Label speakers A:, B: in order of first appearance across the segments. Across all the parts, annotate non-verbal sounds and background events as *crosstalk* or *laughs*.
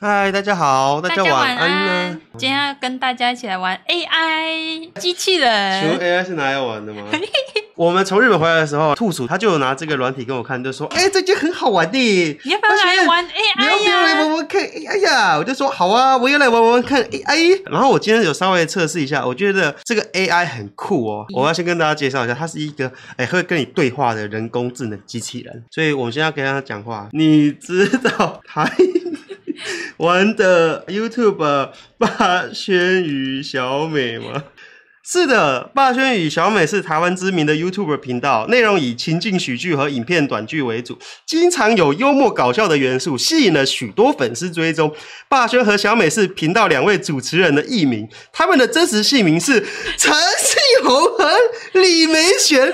A: 嗨，大家好，大
B: 家
A: 晚啊
B: 安
A: 呢。
B: 今天要跟大家一起来玩 AI 机器
A: 请问
B: 人，
A: AI 是拿来玩的吗？ *laughs* 我们从日本回来的时候，兔鼠他就有拿这个软体跟我看，就说：“哎、这就很好玩的，
B: 你要不要来玩
A: 你要不要
B: AI
A: 来
B: 哎呀、
A: 玩玩看 AI 呀？”我就说：“好啊，我也来玩玩看 AI。”然后我今天有稍微测试一下，我觉得这个 AI 很酷哦。我要先跟大家介绍一下，它是一个哎、会跟你对话的人工智能机器人，所以我们现在要跟他讲话。你知道他 *laughs* 玩的 YouTube 霸轩与小美吗？是的，霸轩与小美是台湾知名的 YouTube 频道，内容以情境喜剧和影片短剧为主，经常有幽默搞笑的元素，吸引了许多粉丝追踪。霸轩和小美是频道两位主持人的艺名，他们的真实姓名是陈信宏和李梅璇。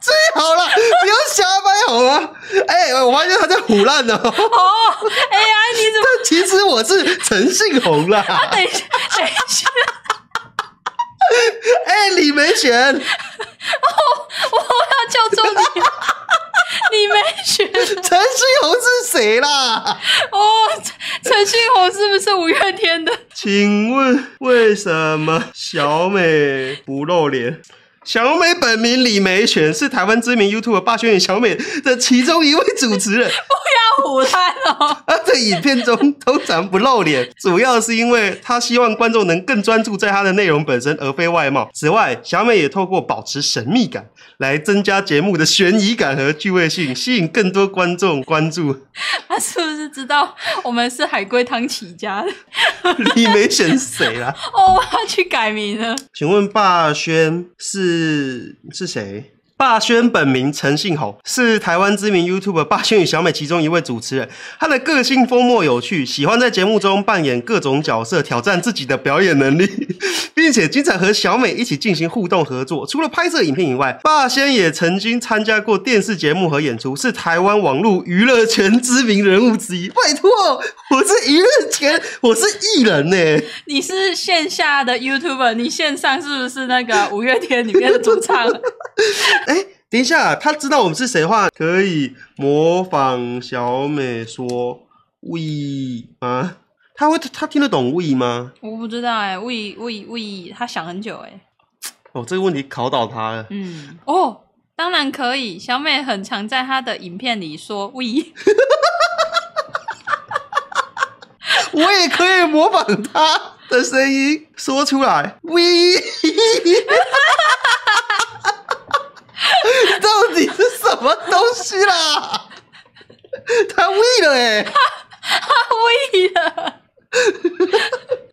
A: 最好了，不要瞎掰好吗？哎、我发现他在胡乱哦。
B: 哦，AI 你怎么？
A: 但其实我是陈信宏啦。
B: 等一下，等一下，
A: 哎、李梅璇，
B: 我要叫重
A: *laughs*
B: 点。你没学
A: 陈信宏是谁啦？
B: 哦？陈信宏是不是五月天的？
A: 请问为什么小美不露脸？小美本名李梅璇，是台湾知名 YouTube 霸轩与小美的其中一位主持人。
B: 不要胡乱哦！
A: 她在影片中通常不露脸，主要是因为她希望观众能更专注在她的内容本身，而非外貌。此外，小美也透过保持神秘感来增加节目的悬疑感和趣味性，吸引更多观众关注。
B: 他是不是知道我们是海龟汤起家的？
A: 李梅璇是谁啦？
B: 哦，我要去改名了。
A: 请问霸轩是是谁？霸轩本名陈信宏，是台湾知名 YouTube 霸轩与小美其中一位主持人。他的个性风默有趣，喜欢在节目中扮演各种角色，挑战自己的表演能力， *laughs* 并且经常和小美一起进行互动合作。除了拍摄影片以外，霸轩也曾经参加过电视节目和演出，是台湾网络娱乐圈知名人物之一。拜托，我是娱乐圈，我是艺人呢、
B: 你是线下的 YouTuber，你线上是不是那个五月天里面的主唱？
A: 哎、等一下，他知道我们是谁的话，可以模仿小美说 “we” 吗？他会他听得懂 “we” 吗？
B: 我不知道哎、魏魏魏，他想很久哎、
A: 哦，这个问题考倒他
B: *laughs*
A: 了。
B: 嗯，哦，当然可以。小美很常在她的影片里说 *laughs* “喂
A: 我也可以模仿他的声音说出来 “we”。到底是什么东西啦？他 “we” 了哎、
B: 喂了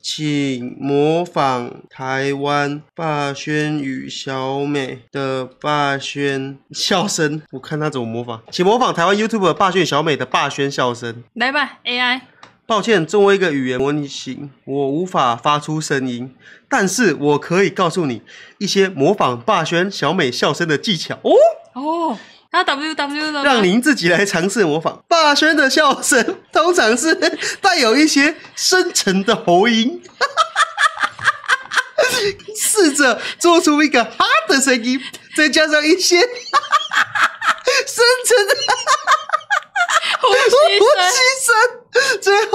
A: 请模仿台湾霸轩与小美的霸轩 *laughs* 笑声，我看他怎么模仿。请模仿台湾 YouTube 霸轩与小美的霸轩笑声。”。
B: 来吧，AI，
A: 抱歉，作为一个语言模拟型，我无法发出声音，但是我可以告诉你一些模仿霸轩、小美笑声的技巧哦，
B: 哦，他 W W 了吗，
A: 让您自己来尝试模仿。霸轩的笑声通常是带有一些深沉的喉音， *laughs* 试着做出一个哈的声音，再加上一些 *laughs* 深沉的
B: *laughs* 呼吸声，
A: 呼吸声，最后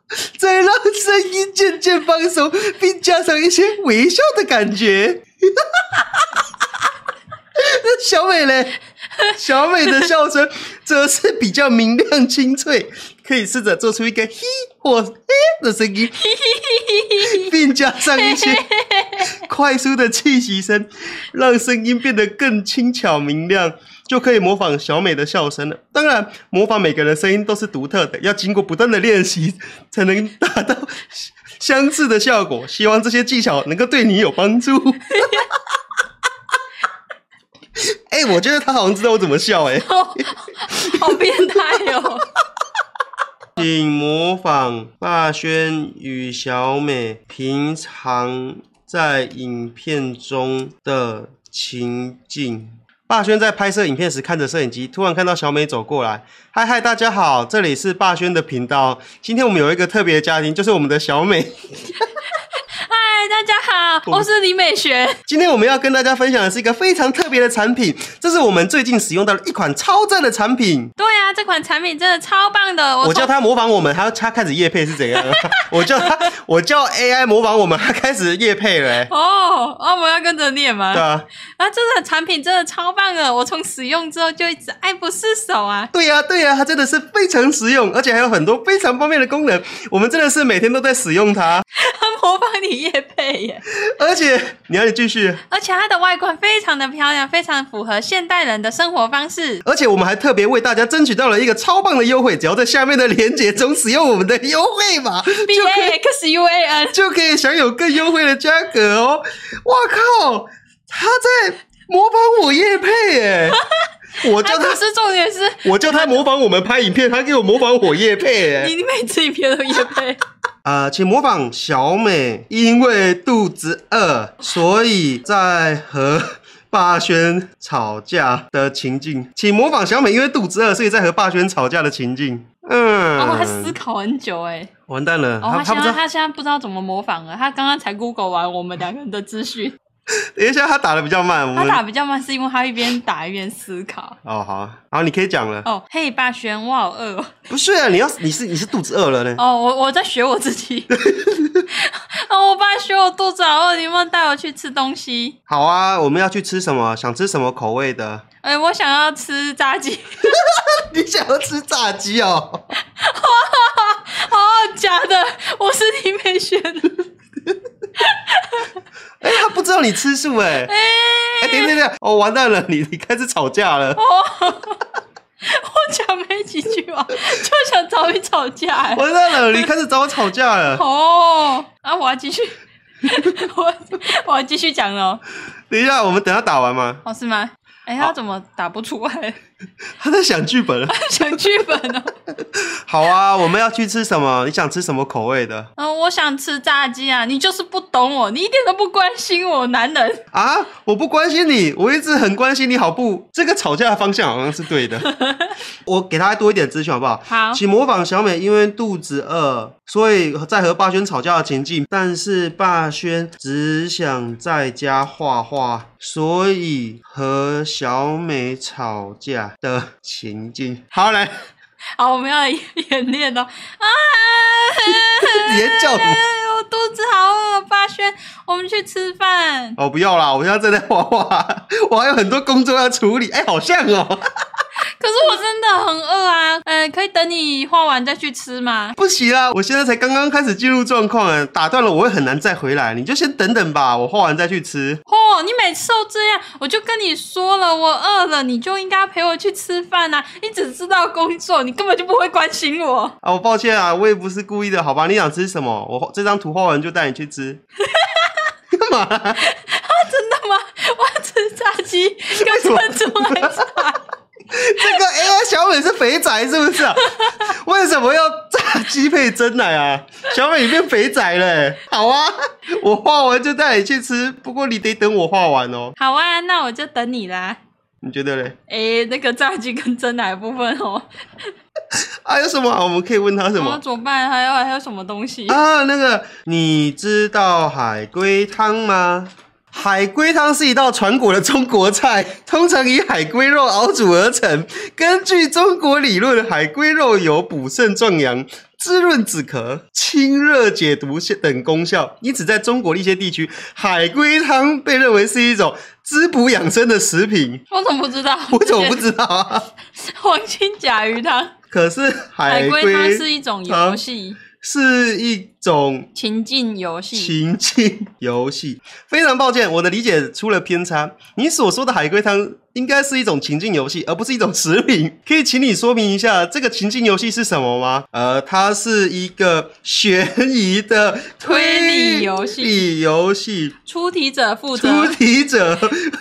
A: *laughs* 再让声音渐渐放松，并加上一些微笑的感觉。 *laughs* 那小美嘞？小美的笑声则是比较明亮清脆，可以试着做出一个“嘿”或“嘿”的声音，并加上一些 *laughs* 快速的气息声，让声音变得更轻巧明亮，就可以模仿小美的笑声了。当然，模仿每个人的声音都是独特的，要经过不断的练习才能达到相似的效果。希望这些技巧能够对你有帮助。 *laughs* 哎、我觉得他好像知道我怎么笑哎、
B: 哦，好变态
A: *laughs*
B: 哦！
A: 请模仿霸轩与小美平常在影片中的情景。霸轩在拍摄影片时看着摄影机，突然看到小美走过来，嗨嗨，大家好，这里是霸轩的频道。今天我们有一个特别的嘉宾，就是我们的小美。 *laughs*
B: 嗨，大家好，
A: 我
B: 我是李美璇。
A: 今天我们要跟大家分享的是一个非常特别的产品，这是我们最近使用到的一款超赞的产品。
B: 对啊，家这款产品真的超棒的，
A: 我
B: 我
A: 叫
B: 从
A: 他模仿我们，他他开始夜配是怎样？我叫他，我叫 AI 模仿我们，他开始夜配了、欸。
B: 哦哦，我要跟着念吗？
A: 对啊，
B: 啊，这个产品真的超棒的，我从使用之后就一直爱不释手啊！ *laughs*
A: 对呀、对呀、它真的是非常实用，而且还有很多非常方便的功能。我们真的是每天都在使用它，
B: 它模仿你叶配耶，
A: 而且你要你继续，
B: 而且它的外观非常的漂亮，非常符合现代人的生活方式。
A: 而且我们还特别为大家争取到了一个超棒的优惠，只要在下面的链接中使用我们的优惠码，
B: B A X U A N，
A: 就可以享有更优惠的价格哦！哇靠，他在模仿我叶配耶！我
B: 它
A: 叫
B: 不
A: 他，
B: 是重点是，
A: *laughs* 我叫他模仿我们拍影片，他给我模仿我叶配耶！
B: 你每次影片都叶配，
A: 啊、请模仿小美，因为肚子饿，所以在和霸轩吵架的情境。 *laughs* 请模仿小美，因为肚子饿，所以在和霸轩吵架的情境。 *laughs* 嗯，
B: 哦，他思考很久哎，
A: 完蛋了，
B: 哦，
A: 他他
B: 他现
A: 不知
B: 在
A: 道，
B: 他现在不知道怎么模仿了，他刚刚才 Google 完我们两个人的资讯，
A: 等一下他打的比较慢，我
B: 他
A: 们
B: 打比较慢是因为他一边打一边思考。
A: 哦好，好你可以讲了。
B: 哦，嘿，霸轩，我好饿哦。
A: 不是啊，你要你是你是肚子饿了呢？
B: 哦，我我在学我自己。 *laughs* 哦，我爸学我肚子好饿，你有没有带我去吃东西？
A: 好啊，我们要去吃什么？想吃什么口味的？ *laughs*
B: 哎、我想要吃炸鸡，
A: 你想要吃炸鸡哦？
B: 哦，假的，我是你妹选的。
A: 哎、他不知道你吃素哎、
B: 哎、
A: 哎、等一下等一下，哦，完蛋了，你你开始吵架了。
B: 我讲没几句话，就想找你吵架、哎
A: 完蛋了，你开始找我吵架了。
B: 哦，啊，我要继续， *laughs* 我我要继续讲了哦。
A: 等一下，我们等他打完吗？
B: 哦，是吗？哎、他怎么打不出来？ *laughs*
A: 他在想剧本了。
B: 想剧本哦。
A: 好啊，我们要去吃什么？你想吃什么口味的
B: 嗯、我想吃炸鸡啊！你就是不懂我，你一点都不关心我，男人。
A: 啊？我不关心你，我一直很关心你，好不？这个吵架的方向好像是对的。我给他多一点资讯好不好？
B: 好，
A: 请模仿小美，因为肚子饿，所以在和霸轩吵架的情境。但是霸轩只想在家画画，所以和小美吵架的情境。 *laughs* 好，来，
B: 好，我们要演练哦。啊！
A: 别叫我
B: 我肚子好饿，八轩，我们去吃饭。
A: 哦，不要啦，我现在正在画画，我还有很多工作要处理。哎、好像哦， *laughs*
B: 可是我真的很饿啊，呃，可以等你画完再去吃吗？
A: 不行啦，我现在才刚刚开始进入状况，哎，打断了我会很难再回来，你就先等等吧，我画完再去吃。
B: 哦，你每次都这样，我就跟你说了，我饿了，你就应该陪我去吃饭啊！你只知道工作，你根本就不会关心我。 *laughs*
A: 啊，我抱歉啊，我也不是故意的，好吧？你想吃什么？我这张图画完就带你去吃。干嘛啦？
B: 真的吗？我要吃炸鸡跟珍珠奶茶。
A: 这个 AI 小美是肥宅是不是啊？为什么要炸鸡配真奶啊？小美你变肥宅了、哎好啊，我画完就带你去吃，不过你得等我画完哦。
B: 好啊，那我就等你啦。
A: 你觉得嘞？
B: 诶，那个炸鸡跟真奶的部分哦，
A: 还有什么啊？我们可以问他什
B: 然后
A: 么？
B: 怎么办？还有还有什么东西？
A: 啊，那个，你知道海龟汤吗？海龟汤是一道传国的中国菜， *laughs* 通常以海龟肉熬煮而成。根据中国理论，海龟肉有补肾壮阳、滋润止咳、清热解毒等功效，因此在中国的一些地区，海龟汤被认为是一种滋补养生的食品。
B: 我怎么不知道？
A: 我怎么不知道啊？
B: *laughs*
A: *laughs*
B: 黄金甲鱼汤？
A: 可是海
B: 海
A: 龟
B: 龟汤是一种游戏，
A: 是一种
B: 情境游戏。
A: 情境游戏。非常抱歉，我的理解出了偏差。你所说的海龟汤应该是一种情境游戏，而不是一种食品。 *laughs* 可以请你说明一下这个情境游戏是什么吗？呃，它是一个悬疑的
B: 推理游戏
A: 推理游戏
B: 出题者负
A: 出
B: 责
A: 题
B: *laughs*
A: 者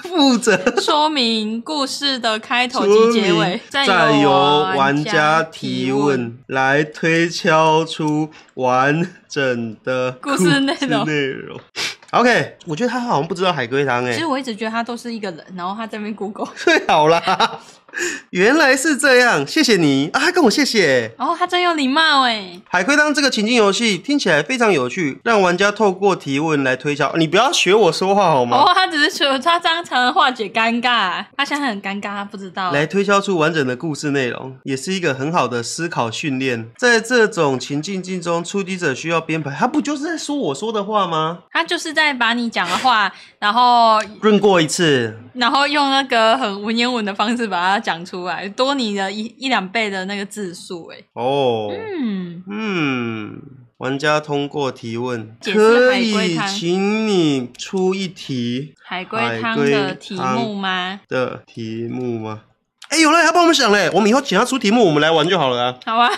A: 负责。
B: 说明故事的开头
A: 出
B: 及结
A: 名
B: 尾，
A: 再由玩
B: 家
A: 家提问。来推敲出完整的
B: 故事内容
A: 内容 *laughs* OK，我觉得他好像不知道海龟汤哎、 *laughs*
B: 其实我一直觉得他都是一个人，然后他在那边 Google，
A: 最好啦， *laughs* 原来是这样，谢谢你啊，还跟我谢谢。
B: 哦，他真有礼貌哎。
A: 海龟汤这个情境游戏听起来非常有趣，让玩家透过提问来推敲。你不要学我说话好吗？
B: 哦，他只是说他这样才能化解尴尬，他现在很尴尬，他不知道。
A: 来推敲出完整的故事内容，也是一个很好的思考训练。在这种情境境中，出题者需要编排，他不就是在说我说的话吗？
B: 他就是在把你讲的话，然后
A: 润过一次，
B: 然后用那个很文言文的方式把它讲出来，多你的一一两倍的那个字数哎。
A: 哦，
B: 嗯，
A: 嗯，玩家通过提问，
B: 解释
A: 可
B: 海龟
A: 以
B: 汤
A: 请你出一题
B: 海
A: 海
B: 龟汤
A: 龟
B: 的题目吗？
A: 的题目吗？哎、有了，他帮我们想嘞，我们以后请他出题目，我们来玩就好了啊。
B: 好啊，
A: 哦，有嘞，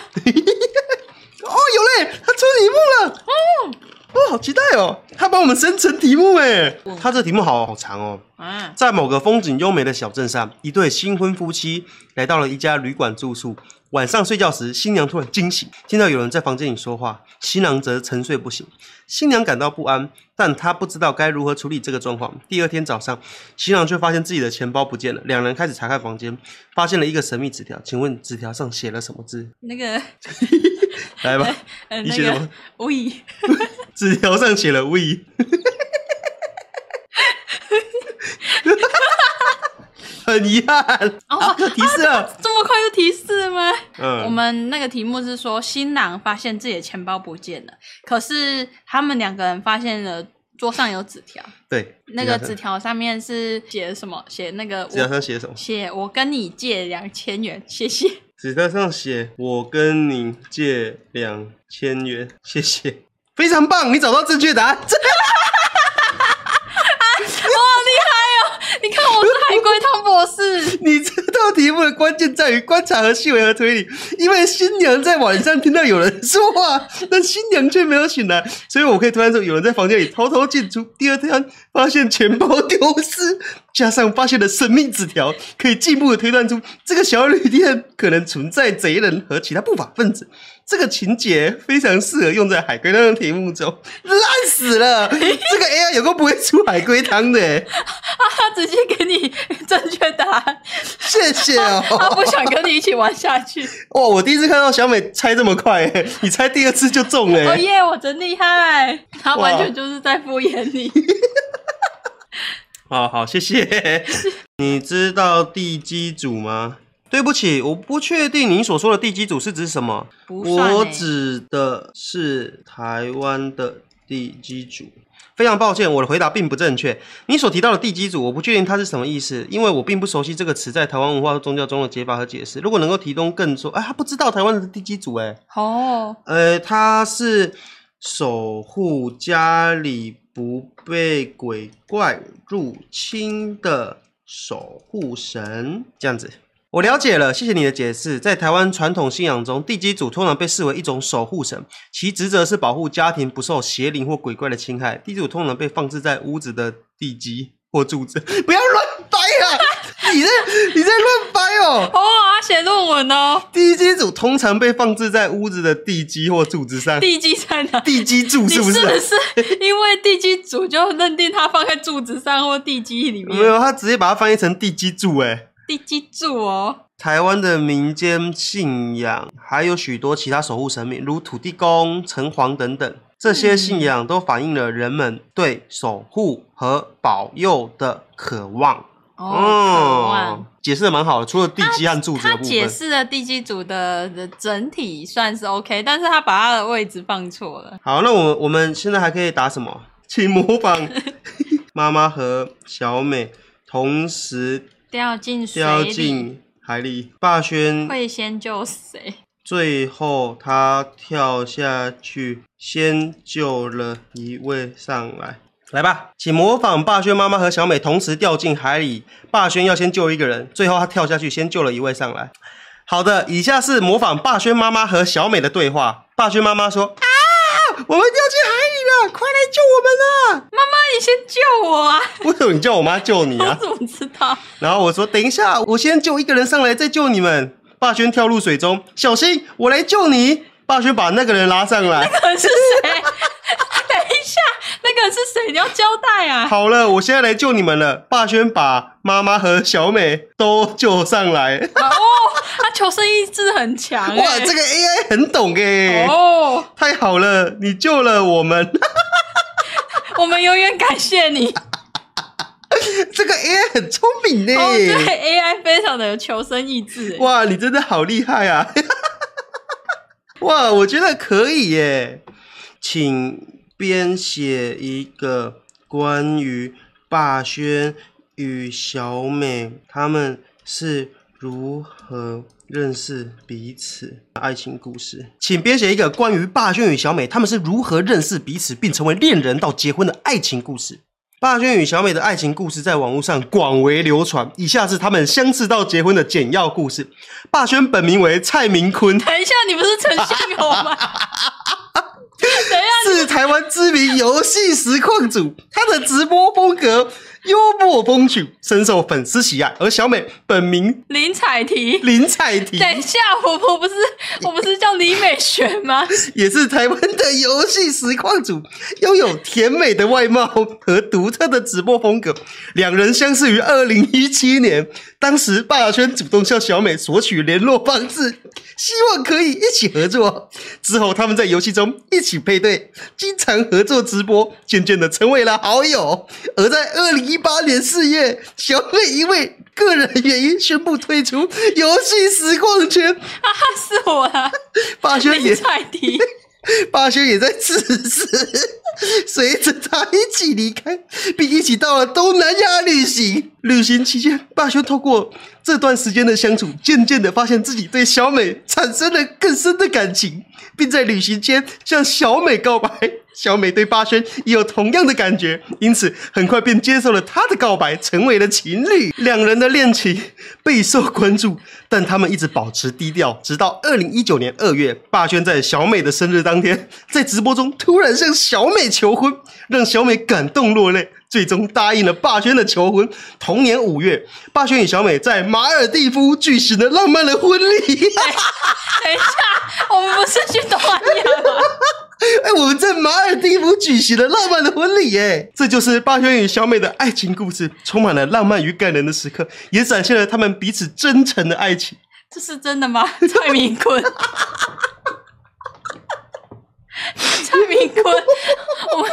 A: 他出题目了，哦，哦，好期待哦，他帮我们生成题目哎，
B: 嗯
A: 他这题目好好长哦。
B: 啊，
A: 在某个风景优美的小镇上，一对新婚夫妻来到了一家旅馆住宿。晚上睡觉时，新娘突然惊醒，听到有人在房间里说话，新郎则沉睡不醒。新娘感到不安，但她不知道该如何处理这个状况。第二天早上，新郎却发现自己的钱包不见了，两人开始查看房间，发现了一个神秘纸条。请问纸条上写了什么字？
B: 那个
A: 来吧，
B: 呃
A: 你
B: 那
A: 写什
B: 个
A: 么，
B: 喂，
A: 纸条上写了 “we”。很遗憾，
B: *laughs* 哦
A: *laughs* 啊，有提示了。
B: 这么快就提示吗？
A: 嗯
B: 我们那个题目是说，新郎发现自己的钱包不见了，可是他们两个人发现了桌上有纸条，
A: 对
B: 那个纸条上面是写什么？写那个
A: 纸条
B: 我
A: 上写什么？
B: 写我跟你借两千元，谢谢。 *laughs*
A: 纸条上写我跟你借两千元，谢谢，非常棒，你找到正确答案，这
B: 哦，厉害哦！你看我是海龟汤博士， *laughs*
A: 你这道题目的关键在于观察和细微和推理，因为新娘在晚上听到有人说话，但新娘却没有醒来，所以我可以推断出有人在房间里偷偷进出。第二天发现钱包丢失，加上发现了神秘纸条，可以进一步的推断出这个小旅店可能存在贼人和其他不法分子。这个情节非常适合用在海龟汤的题目中，烂死了！这个 AI 有个不会出海龟汤的、欸，
B: 他直接给你正确答案，
A: 谢谢哦。
B: 他不想跟你一起玩下
A: *laughs*
B: 去。
A: 哇！我第一次看到小美猜这么快、 *laughs* 欸，你猜第二次就中了、
B: 哦
A: 欸。
B: 耶，我真厉害！他完
A: 哇
B: 全就是在敷衍你。
A: 好好，谢
B: *laughs*
A: 谢。你知道地基组吗？对不起，我不确定你所说的地基组是指什么。
B: 不算欸
A: 我指的是台湾的地基组。非常抱歉，我的回答并不正确。你所提到的地基组，我不确定它是什么意思，因为我并不熟悉这个词在台湾文化和宗教中的解法和解释。如果能够提供更多，哎，他不知道台湾的地基组、欸，哎，
B: 哦，
A: 呃，他是守护家里不被鬼怪入侵的守护神，这样子。我了解了，谢谢你的解释。在台湾传统信仰中，地基主通常被视为一种守护神，其职责是保护家庭不受邪灵或鬼怪的侵害。地基主通常被放置在屋子的地基或柱子。 *laughs* 不要乱掰啊！你在你在乱掰哦！
B: 哦，他写论文哦，
A: 地基组通常被放置在屋子的地基或柱子上。
B: 地基在哪？
A: 啊地基柱
B: 你
A: 是不
B: 是
A: 是啊、
B: 不是因为地基组就认定它放在柱子上或地基里
A: 没
B: 面？
A: 有，他直接把它翻译成地基柱、欸。哎，
B: 地基柱哦，
A: 台湾的民间信仰还有许多其他守护神明，如土地公、城隍等等。这些信仰都反映了人们对守护和保佑的渴望。嗯
B: 哦，渴望。
A: 解释的蛮好的，除了地基和啊柱子
B: 他
A: 的部
B: 解
A: 分。
B: 释了地基组的的整体算是 OK，但是他把他的位置放错了。
A: 好，那我们我们现在还可以打什么？ *laughs* 请模
B: *laughs*
A: 仿妈妈和小美同时
B: 掉进水
A: 掉
B: 里
A: 进海里。霸轩
B: 会先救谁？
A: 最后他跳下去，先救了一位上来。来吧，请模仿霸轩妈妈和小美同时掉进海里。霸轩要先救一个人，最后他跳下去，先救了一位上来。好的，以下是模仿霸轩妈妈和小美的对话。霸轩妈妈说：“啊，我们掉进海里了，快来救我们啊 *laughs*
B: 妈妈，你先救我啊！！”
A: 为什么你叫我妈救你
B: 我
A: 啊？
B: 怎么知道？ *laughs*
A: 然后我说：“等一下，我先救一个人上来，再救你们。”霸轩跳入水中，小心，我来救你。霸轩把那个人拉上来。
B: 可是谁？ *laughs* 等一下，那个人是谁？你要交代啊！
A: 好了，我现在来救你们了。霸轩把妈妈和小美都救上来。
B: 哦，他求生意志很强、欸。
A: 哇，这个 AI 很懂哎、
B: 哦，
A: 太好了，你救了我们。 *laughs*
B: 我们永远感谢你。
A: 这个 AI 很聪明呢、
B: 哦，对 AI 非常的有求生意志、欸。
A: 哎哇，你真的好厉害啊！ *laughs* 哇，我觉得可以耶，请编写一个关于霸轩与小美他们是如何认识彼此的爱情故事，请编写一个关于霸轩与小美他们是如何认识彼此并成为恋人到结婚的爱情故事。霸轩与小美的爱情故事在网络上广为流传。以下是他们相识到结婚的简要故事。霸轩本名为蔡明坤，
B: 等一下，你不是陈信宏吗？等一下，
A: 是台湾知名游戏实况主，他的直播风格幽默风趣，深受粉丝喜爱。而小美本名
B: 林
A: *laughs*
B: 采缇。
A: 林采缇，
B: 等一下，我我不是我不是叫李美璇吗？ *laughs* 啊
A: 也是台湾的游戏实况主，拥有甜美的外貌和独特的直播风格。两人相识于二零一七年，当时霸轩主动向小美索取联络方式，希望可以一起合作。之后，他们在游戏中一起配对，经常合作直播，渐渐的成为了好友。而在二零一八年四月，小美因为个人原因宣布退出游戏实况圈，
B: 啊，是我啦，
A: 啊霸轩
B: 林
A: 也
B: 采缇。
A: 霸轩也在此时随着他一起离开，并一起到了东南亚旅行。旅行期间，霸轩透过这段时间的相处，渐渐的发现自己对小美产生了更深的感情，并在旅行间向小美告白。小美对霸轩也有同样的感觉，因此很快便接受了他的告白，成为了情侣。两人的恋情备受关注，但他们一直保持低调，直到二零一九年二月，霸轩在小美的生日当天，在直播中突然向小美求婚，让小美感动落泪。最终答应了霸轩的求婚。同年五月，霸轩与小美在马尔蒂夫举行了浪漫的婚礼。
B: 等一下，我们不是去东南
A: *laughs*
B: 亚吗？
A: 哎、我们在马尔蒂夫举行了浪漫的婚礼，哎，这就是霸轩与小美的爱情故事，充满了浪漫与感人的时刻，也展现了他们彼此真诚的爱情。
B: 这是真的吗？蔡明坤，蔡明坤，我们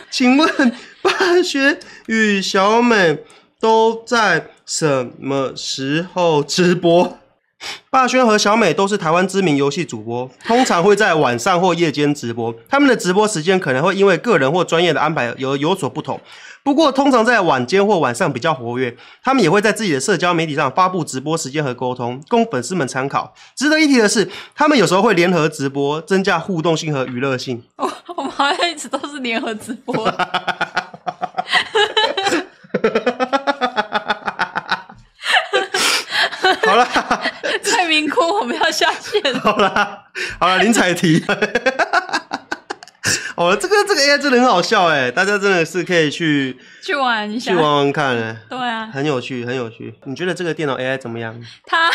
A: *laughs* 请问，霸轩与小美都在什么时候直播？ *laughs* 霸轩和小美都是台湾知名游戏主播，通常会在晚上或夜间直播。他们的直播时间可能会因为个人或专业的安排而有有所不同，不过通常在晚间或晚上比较活跃。他们也会在自己的社交媒体上发布直播时间和沟通，供粉丝们参考。值得一提的是，他们有时候会联合直播，增加互动性和娱乐性。
B: 我 *laughs* 我们好像一直都是联合直播，
A: 好了。
B: *laughs* 蔡明坤，我们要下线了。
A: 好啦，好啦，林采缇。 *laughs* 好了，这个这个 AI 真的很好笑哎，大家真的是可以去
B: 去玩一下
A: 去。玩玩看哎，
B: 对啊，
A: 很有趣，很有趣。你觉得这个电脑 AI 怎么样？
B: 他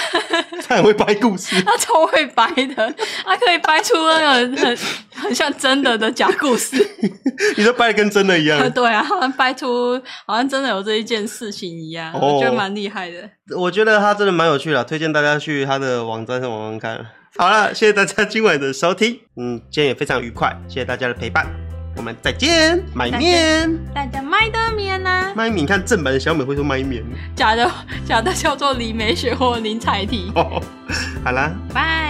A: 它很会掰故事， *laughs*
B: 他超会掰的，他可以掰出那个很很像真的的假故事。
A: 你都掰的跟真的一样。
B: *laughs* 对啊，好像掰出好像真的有这一件事情一样，
A: 哦
B: 我觉得蛮厉害的。
A: 我觉得它真的蛮有趣的，推荐大家去它的网站上玩玩看。好了，谢谢大家今晚的收听，嗯，今天也非常愉快，谢谢大家的陪伴，我们再见，买面。
B: 大家麦啊德棉啦、
A: 麦面，你看正版的小美会说麦面
B: 假的假的叫做李美雪或林采缇。
A: 哦。好啦，
B: 拜。